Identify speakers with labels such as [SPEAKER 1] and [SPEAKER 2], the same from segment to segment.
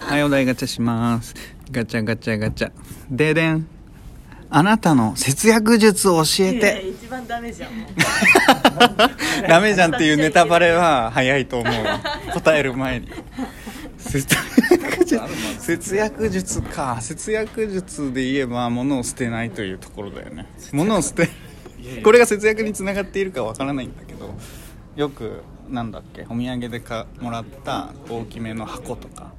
[SPEAKER 1] はい、お題ガチャします。ガチャガチャガチャ。ででん。あなたの節約術を教え
[SPEAKER 2] いや
[SPEAKER 1] て。
[SPEAKER 2] 一番ダメじゃんもう
[SPEAKER 1] ダメじゃんっていうネタバレは早いと思う。答える前に。節約術節約術か節約術で言えば物を捨てないというところだよね物を捨てこれが節約につながっているかわからないんだけどよくなんだっけお土産でかもらった大きめの箱とか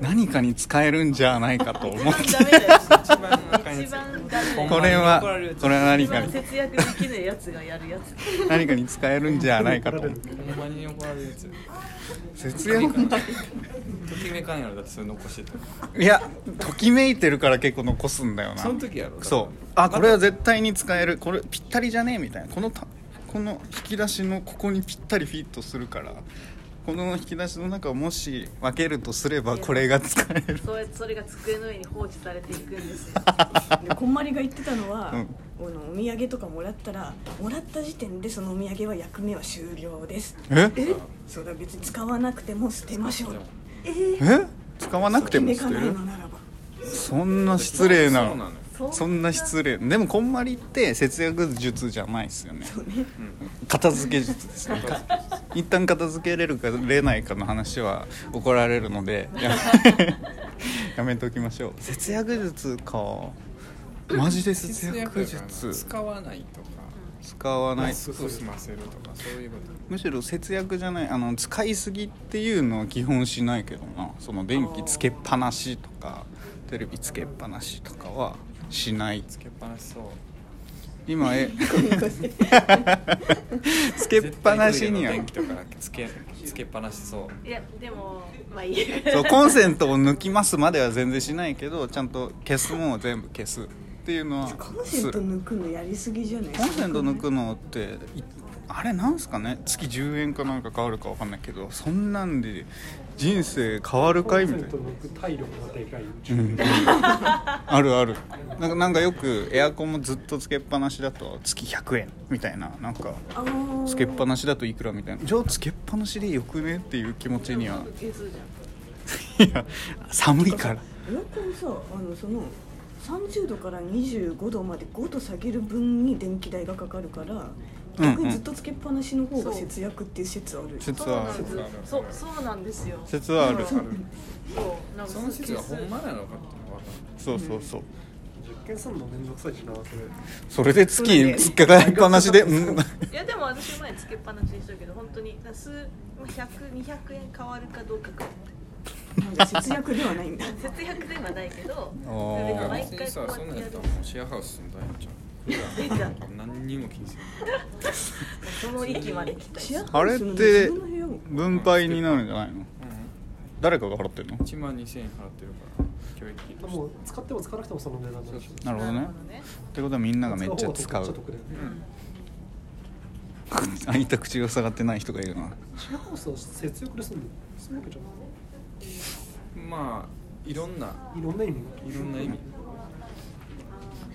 [SPEAKER 1] 何かに使えるんじゃないかと思っ
[SPEAKER 2] 一
[SPEAKER 1] て
[SPEAKER 2] 番ダメだよ一番ダメ
[SPEAKER 1] これはこれは何
[SPEAKER 2] 一
[SPEAKER 1] か
[SPEAKER 2] 番
[SPEAKER 1] に
[SPEAKER 2] 節約できないやつがやるやつ
[SPEAKER 1] 何かに使えるんじゃないかと思って
[SPEAKER 3] ほんまに怒られるやつ
[SPEAKER 1] 節約
[SPEAKER 3] ときめかんやろだってそれ残してたら
[SPEAKER 1] いやときめいてるから結構残すんだよな
[SPEAKER 3] その時やろ
[SPEAKER 1] そうあこれは絶対に使えるこれぴったりじゃねえみたいなこのたこの引き出しのここにぴったりフィットするからこの引き出しの中をもし分けるとすればこれが使える
[SPEAKER 2] そうやってそれが机の上に放置されていくんですよ
[SPEAKER 4] でこんまりが言ってたのは、
[SPEAKER 1] うん
[SPEAKER 4] あのお土産とかもらったらもらった時点でそのお土産は役目は終了です
[SPEAKER 1] え
[SPEAKER 4] それは別に使わなくても捨てましょう
[SPEAKER 1] え使わなくて
[SPEAKER 4] 決
[SPEAKER 1] も
[SPEAKER 4] め
[SPEAKER 1] 捨
[SPEAKER 4] か
[SPEAKER 1] て
[SPEAKER 4] ない
[SPEAKER 1] る
[SPEAKER 4] のならば
[SPEAKER 1] そんな失礼な
[SPEAKER 3] そうなのよ
[SPEAKER 1] そんな失礼でもこんまりって節約術じゃないですよね
[SPEAKER 4] そうね
[SPEAKER 1] 片付け術ですね一旦片付けれるかれないかの話は怒られるのでや やめておきましょう節約術かマジで節約術
[SPEAKER 3] 使わないとか
[SPEAKER 1] 使わない
[SPEAKER 3] 安く済ませるとかそういうこ
[SPEAKER 1] むしろ節約じゃないあの使いすぎっていうのは基本しないけどなその電気つけっぱなしとかテレビつけっぱなしとかはしない
[SPEAKER 3] とつけっぱなしそう
[SPEAKER 1] 今 えつけっぱなしには
[SPEAKER 3] 絶対トイレの電気とかつけつけっぱなしそう
[SPEAKER 2] いやでもまあいいや
[SPEAKER 1] そうコンセントを抜きますまでは全然しないけどちゃんと消すもんを全部消すっていうのは
[SPEAKER 4] コンセ
[SPEAKER 1] す
[SPEAKER 4] ント
[SPEAKER 1] る
[SPEAKER 4] 抜くのやりすぎじゃない
[SPEAKER 1] コンセント抜くのっていあれなんすかね月10円かなんか変わるかわかんないけどそんなんで人生変わるかいみたいな
[SPEAKER 5] コンセント抜く体力がでかい
[SPEAKER 1] あるあるなんかなんかよくエアコンもずっとつけっぱなしだと月100円みたいななんか
[SPEAKER 4] あー
[SPEAKER 1] つけっぱなしだといくらみたいなじゃあつけっぱなしでよくねっていう気持ちには
[SPEAKER 2] 消すじ
[SPEAKER 1] いや寒いから
[SPEAKER 4] エアコンさあのその30度から25度まで5度下げる分に電気代がかかるから
[SPEAKER 1] うんうん
[SPEAKER 4] 逆にずっとつけっぱなしの方が節約っていう説ある
[SPEAKER 1] 説
[SPEAKER 2] ゃんそう
[SPEAKER 1] は
[SPEAKER 2] なんですそうそうなんですよ
[SPEAKER 1] 説はあ る
[SPEAKER 2] そうなんか
[SPEAKER 3] その説がほんま
[SPEAKER 2] 消す
[SPEAKER 3] なのかっていうのが分かんない
[SPEAKER 1] そうそうそう
[SPEAKER 5] 実験するのめんどくさいしなそれ
[SPEAKER 1] それで月突っかかりっぱ なしで、うん、
[SPEAKER 2] いやでも私前つけっぱなしにしたけど本当に数100200円変わるかどうかくらい
[SPEAKER 4] なんで節約ではな いんだ
[SPEAKER 2] 節約ではないけど
[SPEAKER 1] あー
[SPEAKER 2] でも毎
[SPEAKER 3] 別に
[SPEAKER 2] 回こ
[SPEAKER 3] さそん
[SPEAKER 2] う
[SPEAKER 3] な
[SPEAKER 2] や
[SPEAKER 3] ん
[SPEAKER 2] ってやる
[SPEAKER 3] やったらもうシェアハウス住んだらええんちゃう何にも気にせん
[SPEAKER 2] その域まで来たい
[SPEAKER 4] シェアハ
[SPEAKER 1] あ
[SPEAKER 4] ウ
[SPEAKER 1] れっ
[SPEAKER 4] スの
[SPEAKER 1] て
[SPEAKER 4] 自分の部屋も
[SPEAKER 1] 分配になるんじゃないの誰かが払ってるの
[SPEAKER 3] 1万2000円払ってるから教育費として
[SPEAKER 5] もう使っても使わなくてもその値段なんでしょ
[SPEAKER 1] なるほどねってことはみんながめっちゃ使う
[SPEAKER 3] うん
[SPEAKER 1] 開いた口が塞がってない人がいるな
[SPEAKER 5] シェアハウスは節約ですんでそういうわけじゃ
[SPEAKER 3] まあいろんな
[SPEAKER 5] ないいろんな意味
[SPEAKER 3] いろんな意味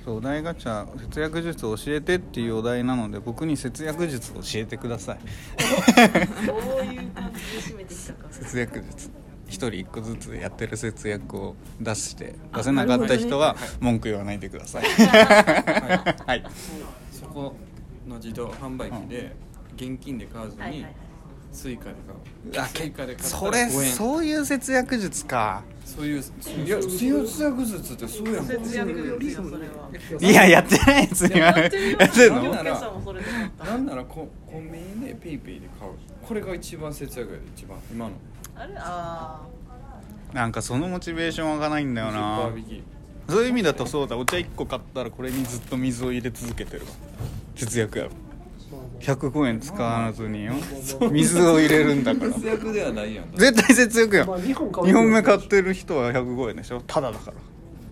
[SPEAKER 1] そうお題ガチャ節約術を教えてっていうお題なので僕に節約術を教えてください
[SPEAKER 2] そういう感じで締めてきたか
[SPEAKER 1] 節約術一人一個ずつやってる節約を出して出せなかった人は文句言わないでください はい
[SPEAKER 3] そこの自動販売機で現金で買わず
[SPEAKER 2] はいはい
[SPEAKER 3] に
[SPEAKER 2] はい
[SPEAKER 3] スイカで買
[SPEAKER 1] あ
[SPEAKER 3] うスイカで買った
[SPEAKER 1] そ
[SPEAKER 3] ら
[SPEAKER 1] れ
[SPEAKER 3] 5円
[SPEAKER 1] そういう節約術か
[SPEAKER 3] そういういや節約術ってそうやもん
[SPEAKER 2] 節約ですよそれはい
[SPEAKER 1] ややってないやつにはや
[SPEAKER 2] や
[SPEAKER 1] っ
[SPEAKER 2] ってるよ
[SPEAKER 1] てん
[SPEAKER 3] な
[SPEAKER 1] の
[SPEAKER 2] お客さんもそれで思った
[SPEAKER 3] なんならココンビニでペイペイで買うこれが一番節約やで一番今の
[SPEAKER 2] あれあ
[SPEAKER 1] なんかそのモチベーション上がないんだよな
[SPEAKER 3] 10%引き
[SPEAKER 1] そういう意味だとそうだお茶1個買ったらこれにずっと水を入れ続けてるわ節約やろ105円使わずによ水を入れるんだから
[SPEAKER 3] 節約ではないやんだ
[SPEAKER 1] 絶対節約やん
[SPEAKER 5] まあ二本買う
[SPEAKER 1] 2本目買ってる人は105円でしょただだから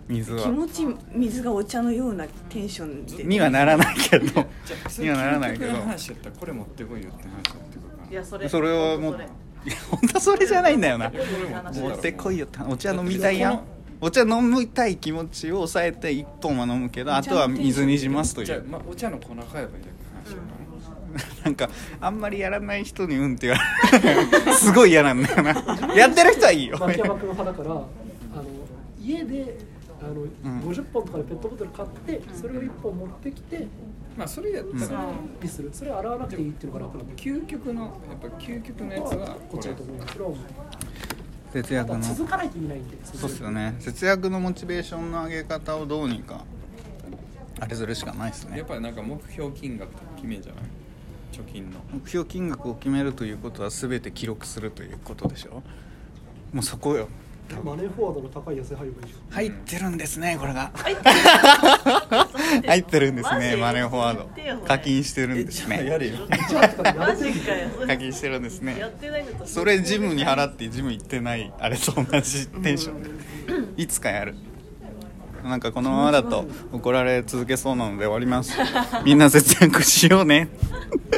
[SPEAKER 1] 水
[SPEAKER 4] 気
[SPEAKER 1] は
[SPEAKER 4] 持ち水がお茶のようなテンションで
[SPEAKER 1] にはならないけど
[SPEAKER 3] じゃあそ
[SPEAKER 1] に
[SPEAKER 3] れ
[SPEAKER 1] はならないけ
[SPEAKER 3] 究極の
[SPEAKER 1] ど
[SPEAKER 3] 話やったらこれ持ってこいよって話になってくるから
[SPEAKER 2] あいやそれ
[SPEAKER 1] それはもう
[SPEAKER 2] 本当それ
[SPEAKER 1] いや本当それじゃないんだよな
[SPEAKER 3] これも
[SPEAKER 1] 持ってこいよってお茶飲
[SPEAKER 3] 飲
[SPEAKER 1] み
[SPEAKER 3] み
[SPEAKER 1] た
[SPEAKER 3] た
[SPEAKER 1] い
[SPEAKER 3] い
[SPEAKER 1] や
[SPEAKER 3] や
[SPEAKER 1] ん
[SPEAKER 3] ん
[SPEAKER 1] お茶飲みたい気持ちを抑えて1本は飲むけどあとは水にしますとい
[SPEAKER 3] じゃあ
[SPEAKER 1] う、
[SPEAKER 3] まあ、お茶の粉買えばいいだけの話やからね
[SPEAKER 1] なんかあんまりやらない人 にうんって言われるすごい嫌なんだよなやってる人はいいよ
[SPEAKER 5] マキアバ君派だからあの家であの、
[SPEAKER 1] ん
[SPEAKER 5] 50本とかでペットボトル買ってそれを1本持ってきて
[SPEAKER 3] まあそれやったら、
[SPEAKER 5] にするそれ洗わなくていいっていうのが楽なんだけ
[SPEAKER 3] 究極のやっぱ究極のやつ
[SPEAKER 5] ど
[SPEAKER 3] は
[SPEAKER 5] こ
[SPEAKER 3] こ
[SPEAKER 5] っち
[SPEAKER 3] れ
[SPEAKER 5] だと思うそれは思う
[SPEAKER 1] 節約
[SPEAKER 5] た
[SPEAKER 1] の
[SPEAKER 5] だ
[SPEAKER 1] そ
[SPEAKER 5] 続かないと意味ないんで
[SPEAKER 1] うっすよね節約のモチベーションの上げ方をどうにかあれするしかないです
[SPEAKER 3] や
[SPEAKER 1] ね
[SPEAKER 3] っぱりなんか目標金額とか決めんじゃない貯金の
[SPEAKER 1] 目標金額を決めるということは全て記録するということでしょもうそこよ
[SPEAKER 5] マネーフォワードの高い安い入ればいいじゃ
[SPEAKER 1] 入ってるんですねこれが
[SPEAKER 2] 入
[SPEAKER 1] 入ってるんですねマネーフォワード課金してるんですね
[SPEAKER 3] れよ
[SPEAKER 2] マジかよ
[SPEAKER 1] 課金してるんです
[SPEAKER 2] やっ
[SPEAKER 1] ね
[SPEAKER 2] てないのと
[SPEAKER 1] それジムに払ってジム行ってないあれと同じテンションでいつかやるなんかこのままだと怒られ続けそうなので終わりますみんな節約しようね